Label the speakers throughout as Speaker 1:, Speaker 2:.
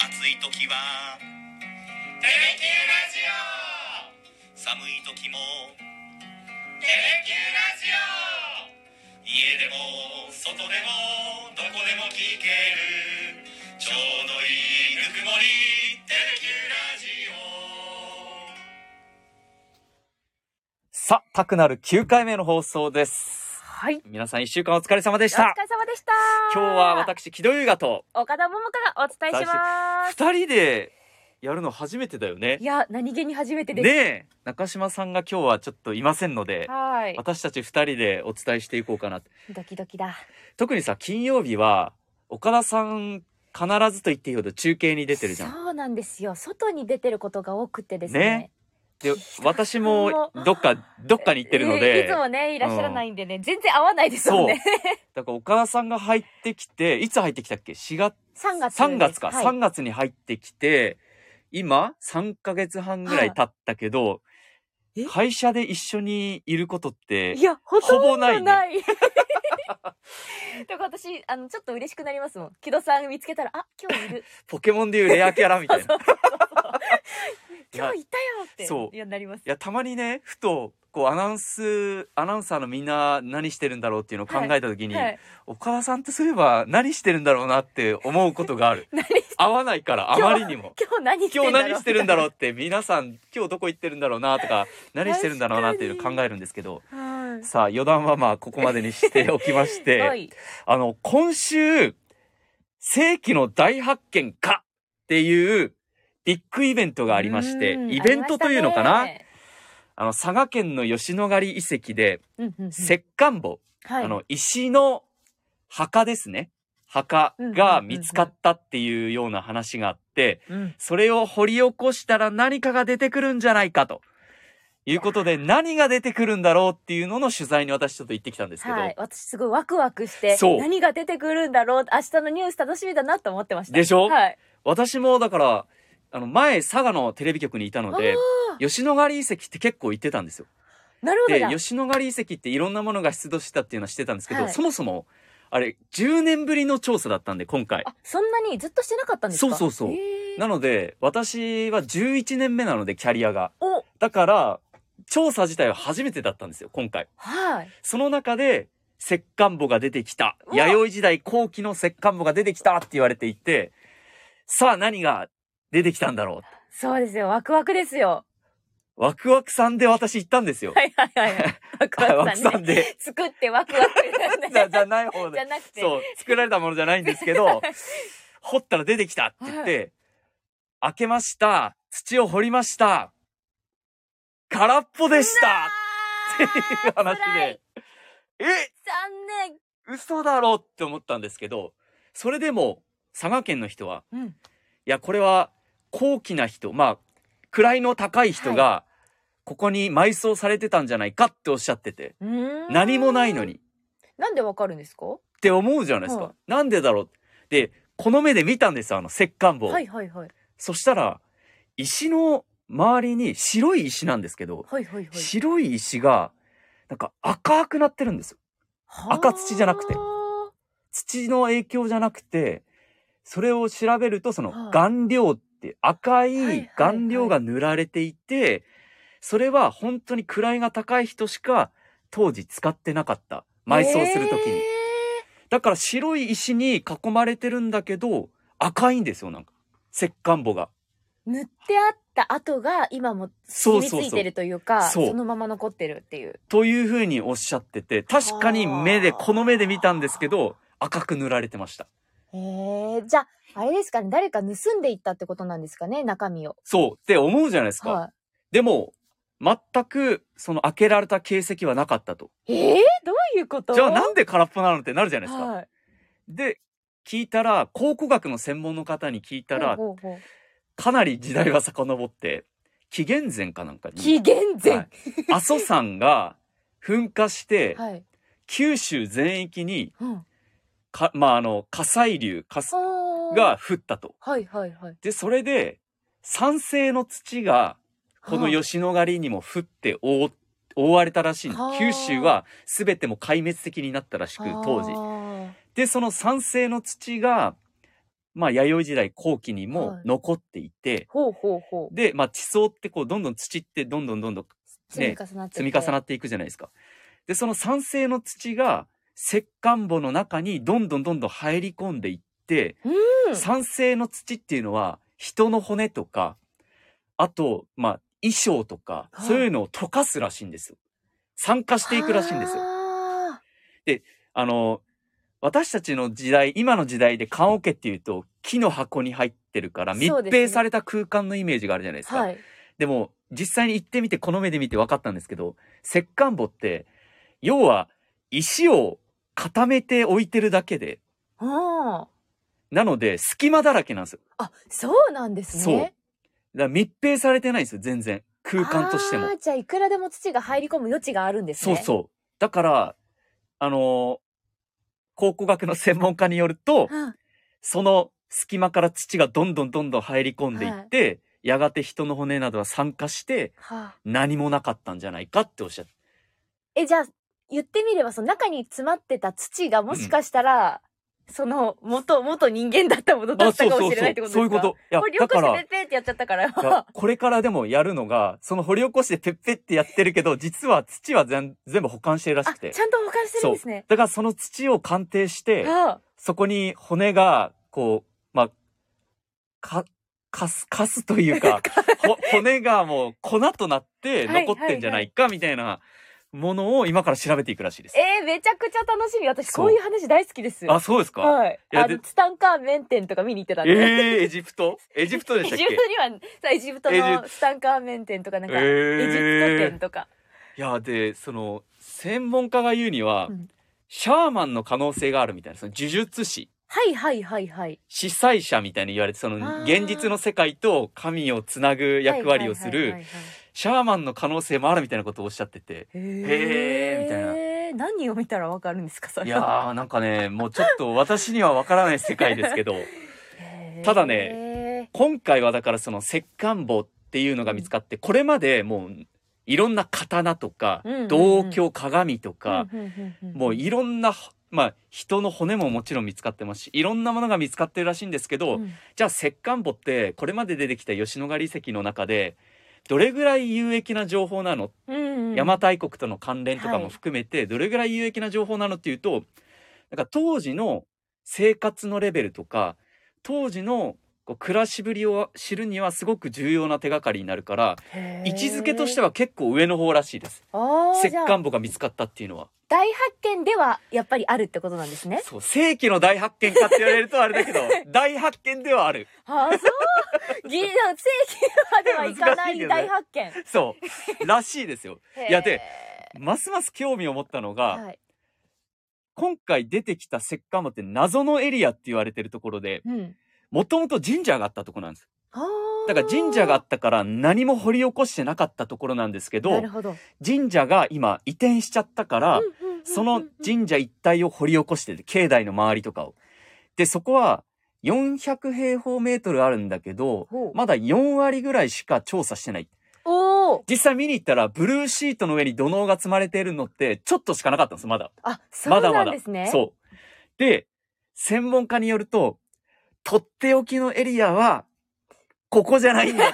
Speaker 1: 暑い時は
Speaker 2: テレキューラジオ
Speaker 1: 寒い時も
Speaker 2: テレキューラジオ
Speaker 1: 家でも外でもどこでも聞けるちょうどいいぬくもりテレキューラジオ
Speaker 3: さあ、たくなる9回目の放送です。
Speaker 4: はい。お疲
Speaker 3: 皆さん1週間お疲れ様でし
Speaker 4: れ
Speaker 3: た。
Speaker 4: 様でした。
Speaker 3: 今日は私、木戸優雅と
Speaker 4: 岡田桃香がお伝えします。
Speaker 3: 2人でやるの初めてだよね
Speaker 4: い。や、何気に初めてです。
Speaker 3: ねえ、中島さんが今日はちょっといませんので、
Speaker 4: はい。
Speaker 3: 私たち2人でお伝えしていこうかな。
Speaker 4: ドキドキだ。
Speaker 3: 特にさ、金曜日は岡田さん必ずと言っていいほど中継に出てるじゃん。
Speaker 4: そうなんですよ。外に出てることが多くてですね。
Speaker 3: ねで、私も
Speaker 4: も
Speaker 3: どっか、どっかに行ってるの
Speaker 4: い
Speaker 3: で、
Speaker 4: つもね、いらっしゃらないんでね、全然合わないですもんね。
Speaker 3: だから岡田さんが入ってきて、いつ入ってきたっけ ?4 月
Speaker 4: 3月です。
Speaker 3: 3月か、
Speaker 4: はい
Speaker 3: 3月に入ってきて今3ヶ月半ぐらい経ったけど、
Speaker 4: いえ
Speaker 3: 会社で一緒にいることって
Speaker 4: いや、ほとん
Speaker 3: ほぼ
Speaker 4: ど
Speaker 3: な
Speaker 4: ないい。
Speaker 3: ね
Speaker 4: だから私、あの、ちょっと嬉しくなりますもん。木戸さん見つけたら、あ、今日いる。
Speaker 3: ポケモンでいうレアキャラみた いな。 いや
Speaker 4: 今日いたよって。
Speaker 3: そう
Speaker 4: いや、なります
Speaker 3: い。やたまにねふとこうアナウンスアナウンサーのみんな何してるんだろうっていうのを考えた時に、
Speaker 4: はい。
Speaker 3: 岡田さんってそういえば何してるんだろうなって思うことが ある
Speaker 4: 何して
Speaker 3: 合わないからあまりにも。
Speaker 4: 今日何して
Speaker 3: 今日
Speaker 4: んだろう
Speaker 3: 何してるんだろうって皆さん今日どこ行ってるんだろうなとか何してるんだろうなっていうのを考えるんですけど
Speaker 4: はい。
Speaker 3: さあ余談はまあここまでにしておきまして、
Speaker 4: はい。
Speaker 3: あの、今週、世紀の大発見かっていうビッグイベントがありまして、
Speaker 4: うん
Speaker 3: イベントというのかな
Speaker 4: あ
Speaker 3: あ,、
Speaker 4: りましたね
Speaker 3: の、佐賀県の吉野ヶ里遺跡で、
Speaker 4: うんうんうん
Speaker 3: 石棺墓、
Speaker 4: はい
Speaker 3: あの、石の墓ですね。墓が見つかったっていうような話があって、
Speaker 4: うん
Speaker 3: それを掘り起こしたら何かが出てくるんじゃないかと。いうことで、何が出てくるんだろうっていうのの取材に私ちょっと行ってきたんですけど、
Speaker 4: はい、私すごいワクワクして
Speaker 3: そう
Speaker 4: 何が出てくるんだろう明日のニュース楽しみだなと思ってました
Speaker 3: でしょ
Speaker 4: はい、
Speaker 3: 私もだからあの前佐賀のテレビ局にいたので
Speaker 4: あ
Speaker 3: 吉野ヶ里遺跡って結構行ってたんですよ。
Speaker 4: なるほど
Speaker 3: で
Speaker 4: だ
Speaker 3: 吉野ヶ里遺跡っていろんなものが出土したっていうのはしてたんですけど、
Speaker 4: はい
Speaker 3: そもそもあれ10年ぶりの調査だったんで今回。
Speaker 4: あそんなにずっとしてなかったんですか
Speaker 3: そうそうそう
Speaker 4: へー
Speaker 3: なので私は11年目なのでキャリアが。
Speaker 4: お
Speaker 3: だから調査自体は初めてだったんですよ今回。
Speaker 4: はい
Speaker 3: その中で石棺墓が出てきた
Speaker 4: うわ
Speaker 3: 弥生時代後期の石棺墓が出てきたって言われていてさあ何が出てきたんだろう
Speaker 4: そうですよワクワクですよ
Speaker 3: ワクワクさんで私行ったんですよ。
Speaker 4: はいはいはいはいワクワクさん
Speaker 3: ワクワクさん
Speaker 4: ね
Speaker 3: で
Speaker 4: 作ってワクワク
Speaker 3: じゃ
Speaker 4: じ
Speaker 3: じゃない方
Speaker 4: ゃ
Speaker 3: で。
Speaker 4: なくて
Speaker 3: そう、作られたものじゃないんですけ ど、掘ったら出てきたって言って、開けました。土を掘りました。空っぽでしたっていう
Speaker 4: あー
Speaker 3: 話
Speaker 4: 辛
Speaker 3: で
Speaker 4: い。
Speaker 3: え
Speaker 4: 残
Speaker 3: 嘘だろって思ったんですけど、それでも佐賀県の人は、
Speaker 4: 念、うん、
Speaker 3: いや、これは高貴な人、まあ、位の高い人が、ここに埋葬されてたんじゃないかっておっしゃってて、
Speaker 4: うーん
Speaker 3: 何もないのに。
Speaker 4: なんでわかるんですかは
Speaker 3: って思うじゃないですか。
Speaker 4: はい
Speaker 3: なんでだろうで、この目で見たんですよ、あの石棺墓。
Speaker 4: いはいはい
Speaker 3: そしたら、石の周りに白い石なんですけど、
Speaker 4: はいはいはい
Speaker 3: 白い石が、なんか赤くなってるんですよ。赤土じゃなくて
Speaker 4: は
Speaker 3: 土の影響じゃなくて、それを調べると、その
Speaker 4: はい
Speaker 3: 顔料って、赤
Speaker 4: はいはいはい
Speaker 3: い顔料が塗られていて、それは本当に位が高い人しか当時使ってなかった。
Speaker 4: あ
Speaker 3: 埋葬するときに。
Speaker 4: え
Speaker 3: だから白い石に囲まれてるんだけど、赤いんですよ、なんか。石棺墓が。
Speaker 4: ー塗ってあった跡が今も
Speaker 3: そ
Speaker 4: 染
Speaker 3: う
Speaker 4: みつ
Speaker 3: そう
Speaker 4: い
Speaker 3: そう
Speaker 4: てるというか
Speaker 3: そう
Speaker 4: のまま残ってるっていう
Speaker 3: というふうにおっしゃってて、確かに目で、
Speaker 4: はあ
Speaker 3: この目で見たんですけど、赤く塗られてました。
Speaker 4: へえじゃああれですかね誰か盗んでいったってことなんですかね中身を
Speaker 3: そうって思うじゃないですか。
Speaker 4: は
Speaker 3: でも、全く、その開けられた形跡はなかったと。
Speaker 4: いえー、どういうこと
Speaker 3: じゃあなんで空っぽなのってなるじゃないですか。
Speaker 4: はい
Speaker 3: で、聞いたら、考古学の専門の方に聞いたら、
Speaker 4: ほうほうほう
Speaker 3: かなり時代は遡って、紀元前かなんかに、
Speaker 4: 紀元前
Speaker 3: はい阿蘇山が噴火して、
Speaker 4: はい、
Speaker 3: 九州全域に
Speaker 4: うん
Speaker 3: か、まあ、あの火砕流火砕
Speaker 4: ほう
Speaker 3: が降ったと。
Speaker 4: はいはいはい
Speaker 3: でそれで酸性の土がこの吉野ヶ里にも降って覆覆われたらしいの
Speaker 4: はあ
Speaker 3: 九州は全てもう壊滅的になったらしく当時。
Speaker 4: は
Speaker 3: でその酸性の土がまあ、弥生時代後期にも
Speaker 4: はい
Speaker 3: 残っていて、
Speaker 4: ほうほうほう。
Speaker 3: で、まあ、地層ってこう、どんどん土ってどんどんどんどん
Speaker 4: 積み重なってて、
Speaker 3: 積み重なっていくじゃないですか。で、その酸性の土が石棺墓の中にどんどんどんどん入り込んでいって、
Speaker 4: うん
Speaker 3: 酸性の土っていうのは人の骨とか、あと、まあ、衣装とか、
Speaker 4: はい
Speaker 3: そういうのを溶かすらしいんですよ。酸化していくらしいんですよ。
Speaker 4: あ
Speaker 3: あの、私たちの時代、今の時代で棺桶っていうと木の箱に入ってるから密
Speaker 4: そうですね
Speaker 3: 閉された空間のイメージがあるじゃないです
Speaker 4: ー
Speaker 3: か。
Speaker 4: はい。
Speaker 3: でも実際に行ってみてこの目で見て分かったんですけど石棺墓って要は石を固めて置いてるだけで
Speaker 4: あ
Speaker 3: なので隙間だらけなんですよ
Speaker 4: あ。あ、そうなんですね。
Speaker 3: そうだから密閉されてないんですよ全然空間としても
Speaker 4: あーじゃあいくらでも土が入り込む余地があるんです
Speaker 3: そう
Speaker 4: ね。う。
Speaker 3: そうだからあのー考古学の専門家によると
Speaker 4: は
Speaker 3: その隙間から土がどんどんどんどん入り込んでいって、やがて人の骨などは酸化して
Speaker 4: あ、
Speaker 3: 何もなかったんじゃないかっておっしゃって
Speaker 4: え、じゃあ言ってみればその中に詰まってた土がもしかしたら、その元、元人間だったものだったかもしれないってことですか
Speaker 3: そういうこと。いや
Speaker 4: これ、
Speaker 3: だ
Speaker 4: 両
Speaker 3: か
Speaker 4: 口
Speaker 3: ら、
Speaker 4: でペーってやっちゃったから。
Speaker 3: いやこれからでもやるのが、その掘り起こしてペッペッってやってるけど、実は土は全全部保管してるらし
Speaker 4: あ、
Speaker 3: くて
Speaker 4: ち。ゃんと保管してるんですね。
Speaker 3: だからその土を鑑定して、
Speaker 4: あ
Speaker 3: そこに骨が、こう、まあ、か、かす、かすという か、ほ骨がもう粉となって
Speaker 4: はい
Speaker 3: 残ってんじゃないか、みたいなものを今から調べていくらしいです。
Speaker 4: えー、めちゃくちゃ楽しみ。私、
Speaker 3: そう
Speaker 4: こういう話大好きです。
Speaker 3: あ、そうですか、
Speaker 4: はい。
Speaker 3: いや
Speaker 4: あ
Speaker 3: で
Speaker 4: の、ツタンカーメン店とか見に行ってたん
Speaker 3: え
Speaker 4: で。
Speaker 3: ー、エジプトエジプトで
Speaker 4: エ
Speaker 3: したっ
Speaker 4: ジプ
Speaker 3: け
Speaker 4: トには、さエジプト
Speaker 3: エジ
Speaker 4: のツタンカーメン店とか、なんか、
Speaker 3: え
Speaker 4: エジ
Speaker 3: ー
Speaker 4: プト店とか。
Speaker 3: いやでその専門家が言うには、
Speaker 4: うん
Speaker 3: シャーマンの可能性があるみたいなその呪術師
Speaker 4: はいはいはいはい。
Speaker 3: 司祭者みたいに言われてその
Speaker 4: あー
Speaker 3: 現実の世界と神をつなぐ役割をす
Speaker 4: はいはい
Speaker 3: る
Speaker 4: はい
Speaker 3: シャーマンの可能性もあるみたいなことをおっしゃって て
Speaker 4: はいはい。
Speaker 3: へーみたいな
Speaker 4: え何を見たらわかるんですか、そ
Speaker 3: い
Speaker 4: れ
Speaker 3: や
Speaker 4: は。
Speaker 3: ーなんかねもうちょっと私にはわからない世界ですけど
Speaker 4: へー
Speaker 3: ただね。今回はだからその石棺墓っていうのが見つかってこれまでもういろんな刀とか
Speaker 4: うんうんうん
Speaker 3: 銅鏡鏡とか、
Speaker 4: うんうんうんん
Speaker 3: もういろんな、まあ、人の骨ももちろん見つかってますしいろんなものが見つかってるらしいんですけど、
Speaker 4: うん
Speaker 3: じゃあ石棺墓ってこれまで出てきた吉野ヶ里遺跡の中でどれぐらい有益な情報なの、
Speaker 4: うんうん
Speaker 3: 邪馬台国との関連とか
Speaker 4: は
Speaker 3: も
Speaker 4: い
Speaker 3: 含めてどれぐらい有益な情報なのっていうとなんか当時の生活のレベルとか当時のこう暮らしぶりを知るにはすごく重要な手がかりになるから
Speaker 4: へー
Speaker 3: 位置づけとしては結構上の方らしいです
Speaker 4: あー
Speaker 3: 石
Speaker 4: じゃあ
Speaker 3: 棺墓が見つかったっていうのは。
Speaker 4: 大発見ではやっぱりあるってことなんですね。
Speaker 3: そう、世紀の大発見かって言われるとあれだけ ど、大発見では ある。
Speaker 4: ああ、そう。ギリの正規まではいかない大発見。
Speaker 3: そう。らしいですよ。いやでますます興味を持ったのが、
Speaker 4: はい。
Speaker 3: 今回出てきた石棺墓って謎のエリアって言われてるところで、
Speaker 4: うん。
Speaker 3: もともと神社があったところなんです。
Speaker 4: あー
Speaker 3: だから神社があったから何も掘り起こしてなかったところなんですけ
Speaker 4: な
Speaker 3: ど
Speaker 4: る、ほど。
Speaker 3: 神社が今移転しちゃったから、その神社一帯を掘り起こしてる。境内の周りとかを。で、そこは400平方メートルあるんだけど、
Speaker 4: ほう
Speaker 3: まだ4割ぐらいしか調査してない。
Speaker 4: おお。
Speaker 3: 実際見に行ったら、ブルーシートの上に土のうが積まれているのって、ちょっとしかなかったんです、まだ。
Speaker 4: あ、そ
Speaker 3: ま
Speaker 4: う
Speaker 3: だま
Speaker 4: な
Speaker 3: だ。
Speaker 4: んですね。う。
Speaker 3: そう。で、専門家によると、とっておきのエリアは、ここじゃないん だ。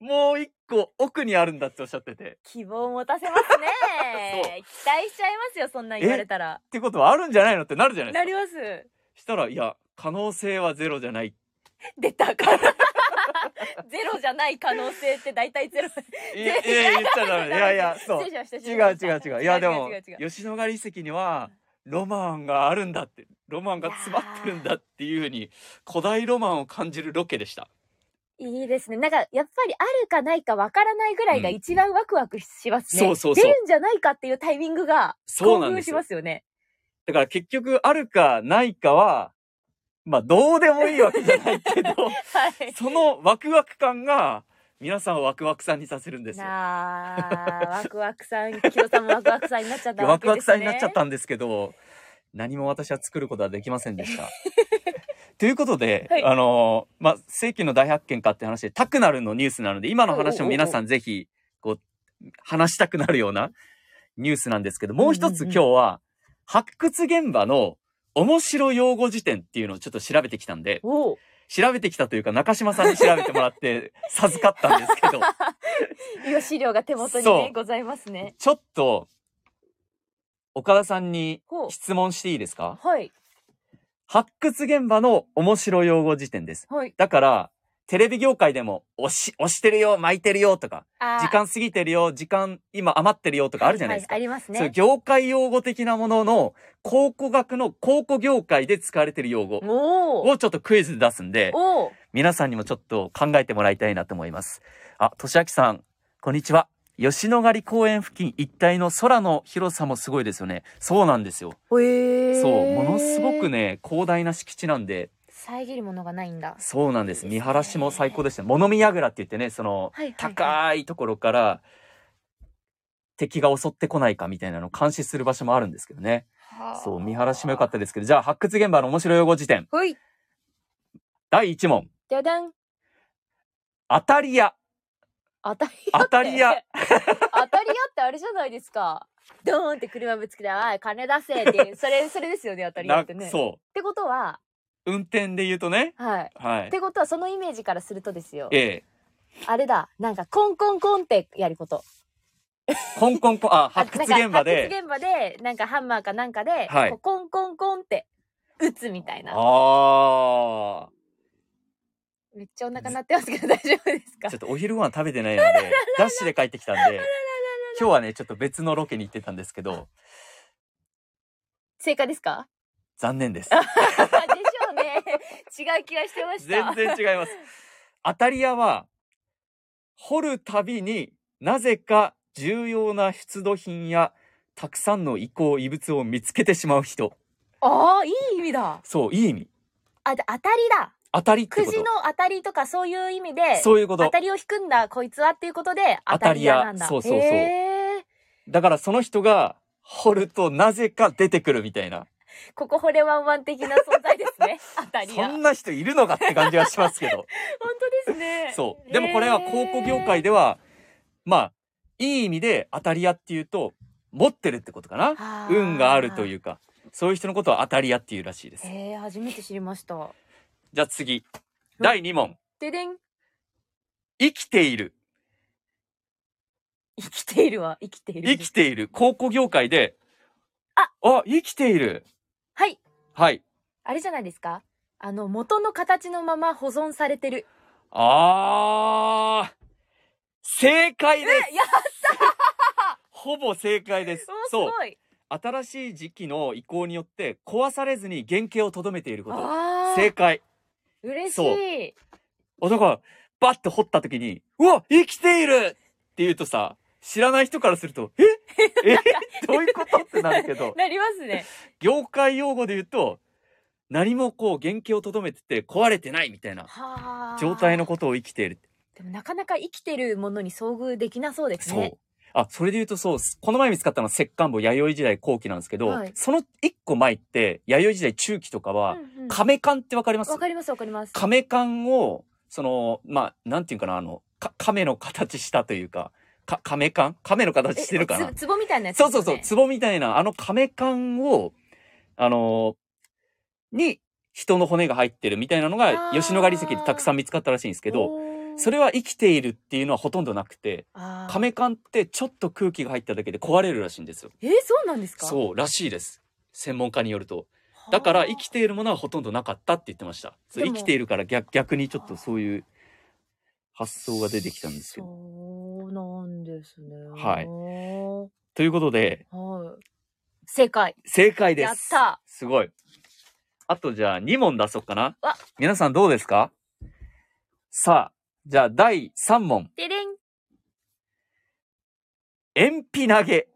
Speaker 3: もう一個奥にあるんだっておっしゃってて。
Speaker 4: 希望を持たせますね。期待しちゃいますよ、そんなん言われたら。
Speaker 3: ってことはあるんじゃないのってなるじゃないで
Speaker 4: な
Speaker 3: すか。
Speaker 4: ります。
Speaker 3: したら、いや、可能性はゼロじゃない。
Speaker 4: 出たから。 ゼロじゃない可能性って大体ゼロ。
Speaker 3: い や、いや言っちゃダメ。いやいや、そう。
Speaker 4: 失礼しました失
Speaker 3: 違
Speaker 4: 礼
Speaker 3: う
Speaker 4: しました
Speaker 3: 違う違う。いやでも
Speaker 4: 違う違う違う
Speaker 3: 吉野ヶ里遺跡にはロマンがあるんだって、ロマンが詰まってるんだっていうふうに古代ロマンを感じるロケでした。
Speaker 4: いいですね。なんか、やっぱりあるかないかわからないぐらいが一番ワクワクしますね。
Speaker 3: うんそうそうそう
Speaker 4: 出るんじゃないかっていうタイミングが、
Speaker 3: そう
Speaker 4: 興
Speaker 3: なんで
Speaker 4: 奮
Speaker 3: す
Speaker 4: し
Speaker 3: よ
Speaker 4: ま。すよね。
Speaker 3: だから結局あるかないかは、まあどうでもいいわけじゃない けど、
Speaker 4: はい。
Speaker 3: そのワクワク感が皆さんをワクワクさんにさせるんですよ。
Speaker 4: なあ、ワクワクさん、キロさんもワクワクさんになっちゃった
Speaker 3: ワ
Speaker 4: わ
Speaker 3: ク
Speaker 4: けです、ね。
Speaker 3: ワクさんになっちゃっ。たんですけど、何も私は作ることはできませんで した。ということで、
Speaker 4: はい
Speaker 3: あのーまあ、世紀の大発見かって話で、タクナルのニュースなので、今の話も皆さんぜひ、こう、話したくなるようなニュースなんですけど、もう一つ
Speaker 4: う
Speaker 3: 今
Speaker 4: んうん
Speaker 3: 日は、発掘現場の面白用語辞典っていうのをちょっと調べてきたんで、
Speaker 4: おう
Speaker 3: 調べてきたというか中島さんに調べてもら って授かったんですけど、
Speaker 4: 今資料が手元に
Speaker 3: そ
Speaker 4: ね
Speaker 3: う
Speaker 4: ございますね
Speaker 3: ちょっと、岡田さんに
Speaker 4: ほう
Speaker 3: 質問していいですか
Speaker 4: はい
Speaker 3: 発掘現場の面白用語辞典です。
Speaker 4: はい
Speaker 3: だから、テレビ業界でも、押し、押してるよ、巻いてるよとか、
Speaker 4: あー
Speaker 3: 時間過ぎてるよ、時間今余ってるよとかあるじゃないですか。
Speaker 4: はありますね
Speaker 3: そういう業界用語的なものの考古学の考古業界で使われている用語
Speaker 4: おお
Speaker 3: をちょっとクイズで出すんで
Speaker 4: おう
Speaker 3: 皆さんにもちょっと考えてもらいたいなと思いますあ、としあきさんこんにちは吉野ヶ里公園付近一帯の空の広さもすごいですよねそうなんですよ
Speaker 4: へえ
Speaker 3: そうものすごくね広大な敷地なんで
Speaker 4: 遮るものがないんだ
Speaker 3: そうなんです
Speaker 4: いいで
Speaker 3: 見
Speaker 4: すね
Speaker 3: 晴らしも最高でした物見櫓って言ってねその
Speaker 4: はいはいはい
Speaker 3: 高いところから敵が襲ってこないかみたいなのを監視する場所もあるんですけどねそう、見晴らしも良かったですけど、じゃあ、発掘現場の面白い用語辞典、
Speaker 4: ほい
Speaker 3: 第1問。
Speaker 4: じゃだん
Speaker 3: 当たり屋。
Speaker 4: 当たり屋って
Speaker 3: 当たり屋。
Speaker 4: 当たり屋ってあれじゃないですかドーンって車ぶつけて「あい金出せ」って いうそれそれですよね当たり屋ってね
Speaker 3: な
Speaker 4: っ
Speaker 3: そ
Speaker 4: てことは
Speaker 3: う。運転で言うとね。
Speaker 4: はい
Speaker 3: は
Speaker 4: っ
Speaker 3: い。
Speaker 4: てことはそのイメージからするとですよ
Speaker 3: ええ。
Speaker 4: あれだなんかコンコンコンってやること
Speaker 3: コンコンコン、あ、
Speaker 4: あ
Speaker 3: 発掘現場
Speaker 4: なんか
Speaker 3: で。
Speaker 4: 発掘現場でなんかハンマーかなんかで、
Speaker 3: はい
Speaker 4: こうコンコンコンって打つみたいな
Speaker 3: あ
Speaker 4: めっちゃお腹鳴ってますけど大丈夫です
Speaker 3: あ。
Speaker 4: か
Speaker 3: ちょっとお昼ご飯食べてないので、ダッシュで帰ってきたんで、今日はね、ちょっと別のロケに行ってたんですけど、
Speaker 4: 正解で すか
Speaker 3: 残念です。
Speaker 4: でしょうね違う気がしてまし た
Speaker 3: 全然違います。当たり屋は、掘るたびになぜか重要な出土品やたくさんの遺構、遺物を見つけてしまう人。
Speaker 4: ああいい意味だ
Speaker 3: そう、いい意味。
Speaker 4: あで当たりだ
Speaker 3: 当たりって
Speaker 4: く
Speaker 3: こ
Speaker 4: じの
Speaker 3: と。
Speaker 4: 当たりとかそういう意味で
Speaker 3: そういうこと
Speaker 4: 当。たりを引くんだこいつはっていうことで
Speaker 3: 当た
Speaker 4: 当た
Speaker 3: り
Speaker 4: り
Speaker 3: 屋
Speaker 4: 屋なんだ
Speaker 3: そうそうそう
Speaker 4: へー
Speaker 3: だからその人が掘るとなぜか出てくるみたいな。
Speaker 4: ここ惚れワンワン的な存在ですね当たり屋
Speaker 3: そん
Speaker 4: 本
Speaker 3: な人いるのかって感じがしますけ ど。
Speaker 4: 当ですね
Speaker 3: そう。でもこれは考古業界
Speaker 4: で
Speaker 3: では、まあ、いい意味で当たり屋っていうと、持ってるってことかな。運があるといううか、そういう人のことは当たり屋っていうらしいです。
Speaker 4: へえ初めて知りました
Speaker 3: じゃあ次。第2問。
Speaker 4: ででん
Speaker 3: 生きている。
Speaker 4: 生きているわ生きている
Speaker 3: 生きている。考古業界で。
Speaker 4: あ
Speaker 3: あ、生きている。
Speaker 4: はい
Speaker 3: はい。
Speaker 4: あれじゃないですかあの元の形のまま保存されてる
Speaker 3: あー。正解です。
Speaker 4: いや
Speaker 3: ほぼ正解です
Speaker 4: もう。す
Speaker 3: そう。
Speaker 4: ごい
Speaker 3: 新しい時期の移行によって壊されずに原型を留めていること。
Speaker 4: あ
Speaker 3: 正
Speaker 4: あ
Speaker 3: 解。
Speaker 4: 嬉し
Speaker 3: そう
Speaker 4: い
Speaker 3: あ、だから、バッて掘った時に、うわ生きているって言うとさ、知らない人からすると、ええどういうことってなるけ ど。
Speaker 4: なります ね
Speaker 3: 業界用語で言うと何もこう原型をとどめてて壊れてないみたいな
Speaker 4: はあ
Speaker 3: 状態のことを生きている
Speaker 4: でもなかなか生きてるものに遭遇できなそうです
Speaker 3: そう、
Speaker 4: ね。
Speaker 3: あそれで言うとそうこの前見つかったのは石棺墓弥生時代後期なんですけど、
Speaker 4: はい
Speaker 3: その一個前って弥生時代中期とかは、
Speaker 4: うんうん
Speaker 3: 亀棺ってわかります
Speaker 4: わかりますわかります。
Speaker 3: 亀缶をそのまあなんていうかなあのか亀の形したというかか亀缶亀の形してるかな
Speaker 4: えつ壺みたいなやつ、
Speaker 3: そうそうそう、。壺みたいな、あの亀缶を、あのーに人の骨が入ってるみたいなのが
Speaker 4: あー
Speaker 3: 吉野ヶ里遺跡でたくさん見つかったらしいんですけど、
Speaker 4: おー
Speaker 3: それは生きているっていうのはほとんどなくて、
Speaker 4: あー
Speaker 3: 亀缶ってちょっと空気が入っただけで壊れるらしいんですよ。
Speaker 4: えーそうなんですか。う。
Speaker 3: そう、らしいです。専門家によると。だから生きているものはほとんどなかったって言ってました。そう
Speaker 4: で
Speaker 3: 生
Speaker 4: も
Speaker 3: きているから逆逆にちょっとそういう発想が出てきたんですけど。
Speaker 4: そうなんですね。
Speaker 3: はい
Speaker 4: は
Speaker 3: ということで、
Speaker 4: い。正解。
Speaker 3: 正解です。
Speaker 4: やった。
Speaker 3: すごい。あとじゃあ2問出そうかな
Speaker 4: わ。
Speaker 3: 皆さんどうですかさあ、じゃあ第3問。
Speaker 4: てれん。い
Speaker 3: 鉛筆投げ。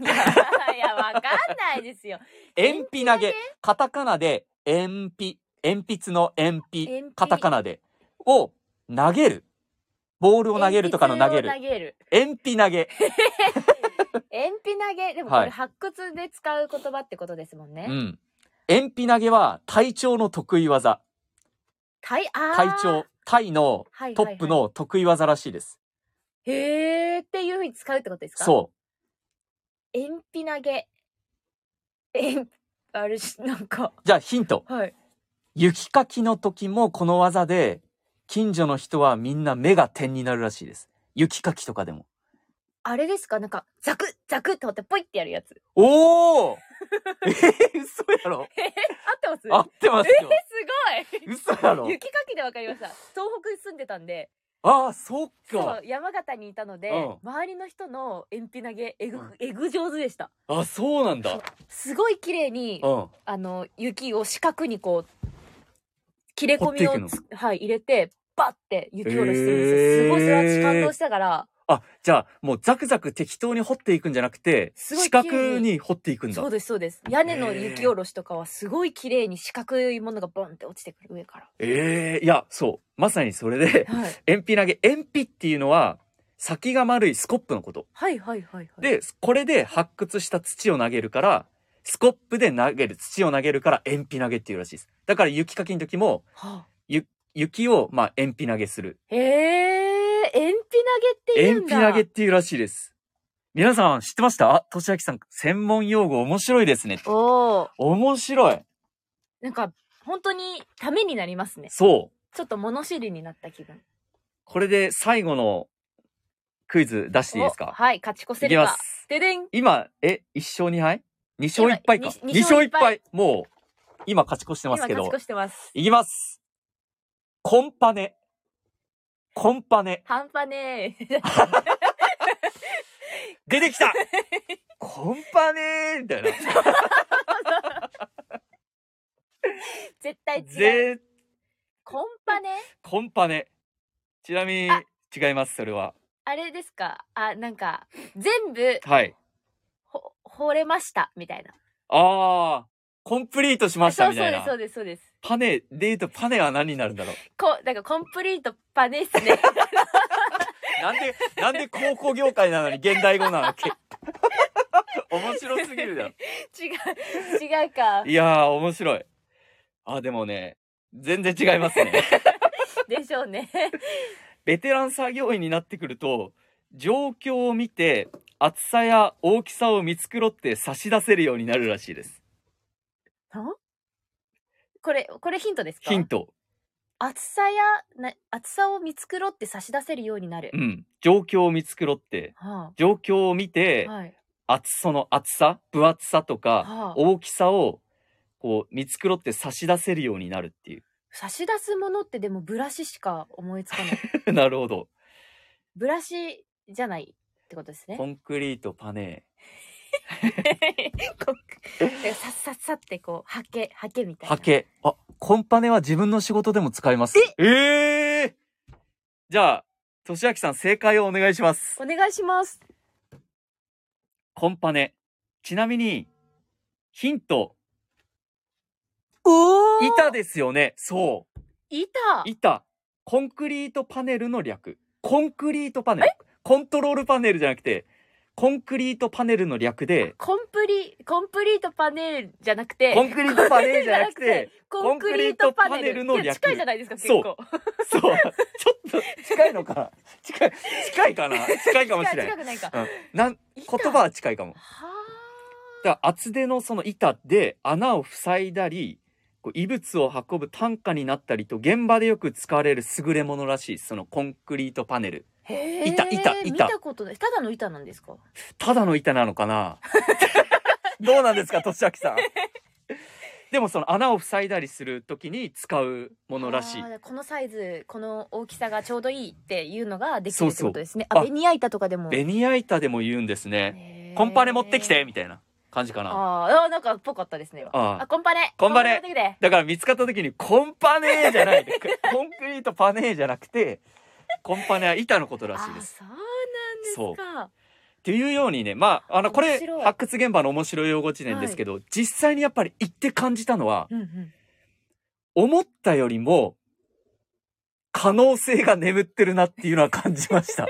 Speaker 4: や いやわかんないですよ。
Speaker 3: 鉛筆投げ。カタカナで鉛筆。鉛筆の鉛筆
Speaker 4: 鉛。筆
Speaker 3: カタカナで。を投げる。ボールを 投げるとかの投げる
Speaker 4: 鉛筆。を投げる。
Speaker 3: 鉛筆投げ。
Speaker 4: 鉛筆投げ。でも
Speaker 3: はい
Speaker 4: これ発掘で使う言葉ってことですもんね。
Speaker 3: うん。鉛筆投げは隊長の得意技。
Speaker 4: 体あー
Speaker 3: 隊長。タイの
Speaker 4: はいはいは
Speaker 3: ト
Speaker 4: い
Speaker 3: ップの得意技らしいです。
Speaker 4: へーっていうふうに使うってことですか
Speaker 3: そう。
Speaker 4: 鉛筆投げ。鉛あれし、なんか、
Speaker 3: じゃあヒント。
Speaker 4: はい。
Speaker 3: 雪かきの時もこの技で、近所の人はみんな目が点になるらしいです。雪かきとかでも。
Speaker 4: あれですかなんか、ザクッザクッって掘ってポイってやるやつ。
Speaker 3: おお えー、嘘やろ
Speaker 4: 合ってます
Speaker 3: 合ってますよ。
Speaker 4: すごい
Speaker 3: 嘘やろ
Speaker 4: 雪かきでわかりました。東北に住んでたんで、
Speaker 3: ああ、そっ
Speaker 4: そ
Speaker 3: か
Speaker 4: う。山形にいたので、
Speaker 3: うん
Speaker 4: 周りの人の鉛筆投げえぐ、
Speaker 3: うん
Speaker 4: えぐ上手でした。
Speaker 3: あ、そうなんだ。
Speaker 4: すごい綺麗に、
Speaker 3: うん。
Speaker 4: あの雪を四角にこう切れ込み
Speaker 3: 掘っていく
Speaker 4: をつはい入れてバッて雪下ろしてるんですよ。
Speaker 3: へー
Speaker 4: すごいそれ私感動したから
Speaker 3: あ、じゃあ、もうザクザク適当に掘っていくんじゃなくて、
Speaker 4: すごい
Speaker 3: 四角に掘っていくんだ
Speaker 4: そう。ですそうです屋根の雪下ろしとかはすごい綺麗に四角いものがボンって落ちてくる上か
Speaker 3: ええいや、そう。まさにそれで、
Speaker 4: ら、はい、
Speaker 3: 鉛筆投げ、鉛筆っていうのは、先が丸いスコップのこと。
Speaker 4: はいはいはいはい
Speaker 3: で、これで発掘した土を投げるから、スコップで投げる、土を投げるから鉛筆投げっていうらしいです。だから雪かきの時も、
Speaker 4: はあ
Speaker 3: 雪を、まあ、鉛筆投げする。
Speaker 4: へえ鉛筆投げって言
Speaker 3: 鉛
Speaker 4: うんだ
Speaker 3: 筆投げっていうらしいです。皆さん知ってましたあ、としあきさん、専門用語面白いですね。
Speaker 4: おー
Speaker 3: 面白い。
Speaker 4: なんか本当にためになりますね
Speaker 3: そう。
Speaker 4: ちょっと物知りになった気分
Speaker 3: これで最後のクイズ出していいです
Speaker 4: お
Speaker 3: か
Speaker 4: はい勝ち越せ
Speaker 3: いき
Speaker 4: れ
Speaker 3: ま
Speaker 4: ば
Speaker 3: す。
Speaker 4: ででん
Speaker 3: 今、え、1勝2敗 ?2 勝1敗か。
Speaker 4: 今
Speaker 3: 2
Speaker 4: に
Speaker 3: 勝
Speaker 4: 勝
Speaker 3: 1
Speaker 4: 一
Speaker 3: 敗
Speaker 4: 敗。
Speaker 3: もう、今勝ち越してま
Speaker 4: 今
Speaker 3: すけ
Speaker 4: 勝ち
Speaker 3: ど
Speaker 4: 越。してます
Speaker 3: いきます。コンパネ。コンパネ。
Speaker 4: 半端ねえ
Speaker 3: 出てきたコンパネみたいな。
Speaker 4: 絶対違う。
Speaker 3: ぜ、
Speaker 4: コンパネ
Speaker 3: コンパネ。ちなみに
Speaker 4: あ、
Speaker 3: 違います、それは。
Speaker 4: あれですかあ、なんか、全部、
Speaker 3: はい。
Speaker 4: ほ、掘れました、みたいな。
Speaker 3: あー、コンプリートしましたみたいな。
Speaker 4: そうそうです、そうです、そう
Speaker 3: パネ、で言うとパネは何になるんだろう。
Speaker 4: です。こ、なんかコンプリートパネっすね。
Speaker 3: なんで、なんで高校業界なのに現代語なわけ 面白すぎるだろ。
Speaker 4: 違う、違うか。
Speaker 3: いやー、面白い。あ、でもね、全然違います ね。
Speaker 4: でしょうね。
Speaker 3: ベテラン作業員になってくると、状況を見て、厚さや大きさを見繕って差し出せるようになるらしいです。
Speaker 4: これ、これヒントですか
Speaker 3: ヒント。
Speaker 4: 厚さや、な、厚さを見繕って差し出せるようになる
Speaker 3: う。ん。状況を見繕って、
Speaker 4: は
Speaker 3: 状況を見
Speaker 4: あ、
Speaker 3: て、
Speaker 4: はい。
Speaker 3: 厚その厚さ、分厚さとか、
Speaker 4: はあ、
Speaker 3: 大きさを、こう、見繕って差し出せるようになるってい
Speaker 4: 差し出すものってでもブラシしか思いつかない。
Speaker 3: う。 なるほど。
Speaker 4: ブラシじゃないってことですね。
Speaker 3: コンクリートパネ
Speaker 4: こうさっさっさってこう、はけ、はけみた
Speaker 3: ー。
Speaker 4: いな。
Speaker 3: ハ。ケ。あ、コンパネは自分の仕事でも使います。ええーじゃあ、としあきさん正解をお願いします。
Speaker 4: お願いします。
Speaker 3: コンパネ。ちなみに、ヒント、
Speaker 4: お
Speaker 3: 板ですよね。そ
Speaker 4: 板
Speaker 3: う。板。コンクリートパネルの略。コンクリートパネル。コントロールパネルじゃなくて、コンクリートパネルの略で、
Speaker 4: コンプリ、コンプリートパネルじゃなくて、
Speaker 3: コンクリートパネルじゃなくて、、
Speaker 4: コンクリートパネル
Speaker 3: コンクリートパネルの略
Speaker 4: いや近いじゃないですか、結
Speaker 3: そう
Speaker 4: 構。
Speaker 3: そう。ちょっと近いのかな近い、近いかな近いかもしれ
Speaker 4: 近
Speaker 3: ない。
Speaker 4: くないか。
Speaker 3: なん、言
Speaker 4: 板
Speaker 3: 葉は近いかも。
Speaker 4: は
Speaker 3: だから厚手のその板で穴を塞いだりこう異物を運ぶ担架になったりと現場でよく使われる優れものらしいですそのコンクリートパネル
Speaker 4: ーへー
Speaker 3: 板板板
Speaker 4: 見たことない。ただの板なんですか
Speaker 3: ただの板なのか などうなんですかとしあきさんでもその穴を塞いだりする時に使うものらしい
Speaker 4: あーこのサイズ、この大きさがちょうどいいっていうのができ
Speaker 3: そう
Speaker 4: るっ
Speaker 3: そう
Speaker 4: てことですね。
Speaker 3: あ
Speaker 4: あ、ベニヤ板とかでも。
Speaker 3: ベニヤ板でも言うんですね
Speaker 4: へー
Speaker 3: コンパネ持ってきてみたいな感じかな
Speaker 4: あーあー、なんかっぽかったですね。今
Speaker 3: あー
Speaker 4: あ、コンパネ。
Speaker 3: コンパネ
Speaker 4: 持ってきて
Speaker 3: だから見つかった時にコンパネーじゃないコンクリートパネーじゃなくてコンパネは板のことらしいです
Speaker 4: あそうなん
Speaker 3: っていうようにねまああのこ
Speaker 4: 面
Speaker 3: れ
Speaker 4: 白い
Speaker 3: 発掘現場の面白い用語辞典ですけど、実際にやっぱり行って感じたのは
Speaker 4: ですか。
Speaker 3: 思ったよりも可能性が眠ってるなっていうのは感じま した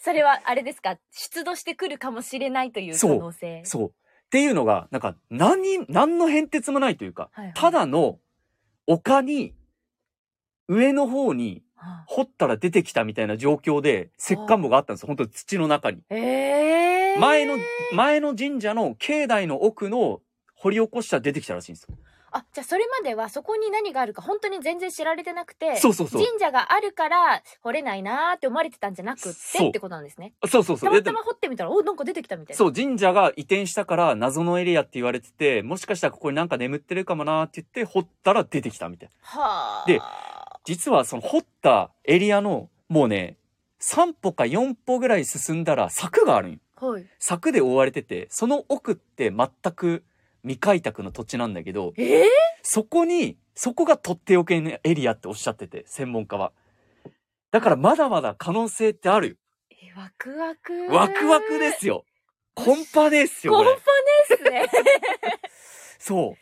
Speaker 4: それはあれですか出土してくるかもしれないという可
Speaker 3: そう
Speaker 4: 能性。
Speaker 3: そうっていうのがなんか何何の変哲もないというか、
Speaker 4: はいはい
Speaker 3: ただの丘に上の方に
Speaker 4: はあ
Speaker 3: 掘ったら出てきたみたいな状況で石棺墓があったんですよ本当に土の中に
Speaker 4: ええー。
Speaker 3: 前の、前の神社の境内の奥の掘り起こしたら出てきたらしいんですよ。
Speaker 4: あ、じゃあそれまではそこに何があるか本当に全然知られてなくて、
Speaker 3: そうそうそう
Speaker 4: 神社があるから掘れないなーって思われてたんじゃなく
Speaker 3: そ
Speaker 4: て
Speaker 3: う
Speaker 4: ってことなんですね。
Speaker 3: あそうそうそ
Speaker 4: た
Speaker 3: う。いや
Speaker 4: ま
Speaker 3: で
Speaker 4: た
Speaker 3: も
Speaker 4: ま掘ってみたら、お、なんか出てきたみたいな。
Speaker 3: そう、神社が移転したから謎のエリアって言われてて、もしかしたらここになんか眠ってるかもなーって言って掘ったら出てきたみたいな。
Speaker 4: はあ。
Speaker 3: で実はその掘ったエリアのもうね、3歩か4歩ぐらい進んだら柵があるんよ。
Speaker 4: はい。
Speaker 3: 柵で覆われてて、その奥って全く未開拓の土地なんだけど、
Speaker 4: ええ
Speaker 3: そこに、そこがとっておけのエリアっておっしゃってて、専門家は。だからまだまだ可能性ってある
Speaker 4: えワクワク。
Speaker 3: よ。ワクワクですよ。コンパですよ、
Speaker 4: コ
Speaker 3: こ
Speaker 4: ン パ
Speaker 3: れ。
Speaker 4: ですね。
Speaker 3: そう。っ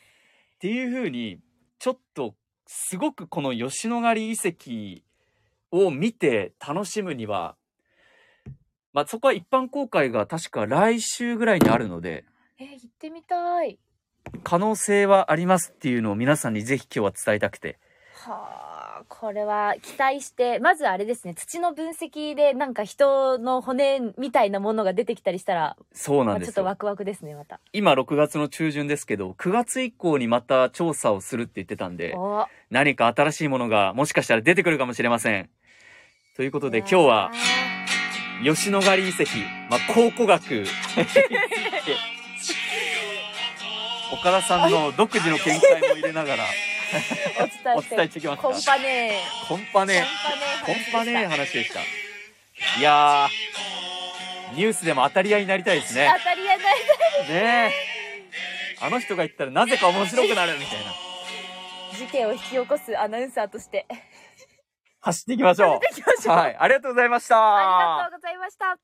Speaker 3: ていう風に、ちょっと、すごくこの吉野ヶ里遺跡を見て楽しむには、まあそこは一般公開が確か来週ぐらいにあるので、
Speaker 4: え、行ってみたい。
Speaker 3: 可能性はありますっていうのを皆さんにぜひ今日は伝えたくて。
Speaker 4: はあ、これは期待して、まずあれですね、土の分析でなんか人の骨みたいなものが出てきたりしたら、
Speaker 3: そう
Speaker 4: ま
Speaker 3: な
Speaker 4: あ
Speaker 3: んで
Speaker 4: ちょっ
Speaker 3: す
Speaker 4: と
Speaker 3: よ。
Speaker 4: ワクワクですね、また。
Speaker 3: 今6月の中旬ですけど、9月以降にまた調査をするって言ってたんで、
Speaker 4: お
Speaker 3: 何か新しいものがもしかしたら出てくるかもしれません。ということで今日は、吉野ヶ里遺跡、まあ、考古 学、岡田さんの独自の見解も入れながら、
Speaker 4: お伝え
Speaker 3: お
Speaker 4: して。
Speaker 3: 伝えしてきました
Speaker 4: コンパネ
Speaker 3: コンパ
Speaker 4: ー。
Speaker 3: ネ、コンパネー
Speaker 4: 話で
Speaker 3: 話でした。いやー、ニュースでも当たり合いになりたいです
Speaker 4: した
Speaker 3: ね。
Speaker 4: 当たり屋ない。
Speaker 3: ねえ。あの人が言ったらなぜか面白くなるみたいな。
Speaker 4: 事件を引き起こすアナウンサーと して。
Speaker 3: 走っていきましょう。
Speaker 4: 行きましょう。
Speaker 3: はい、ありがとうございました。
Speaker 4: ありがとうございました。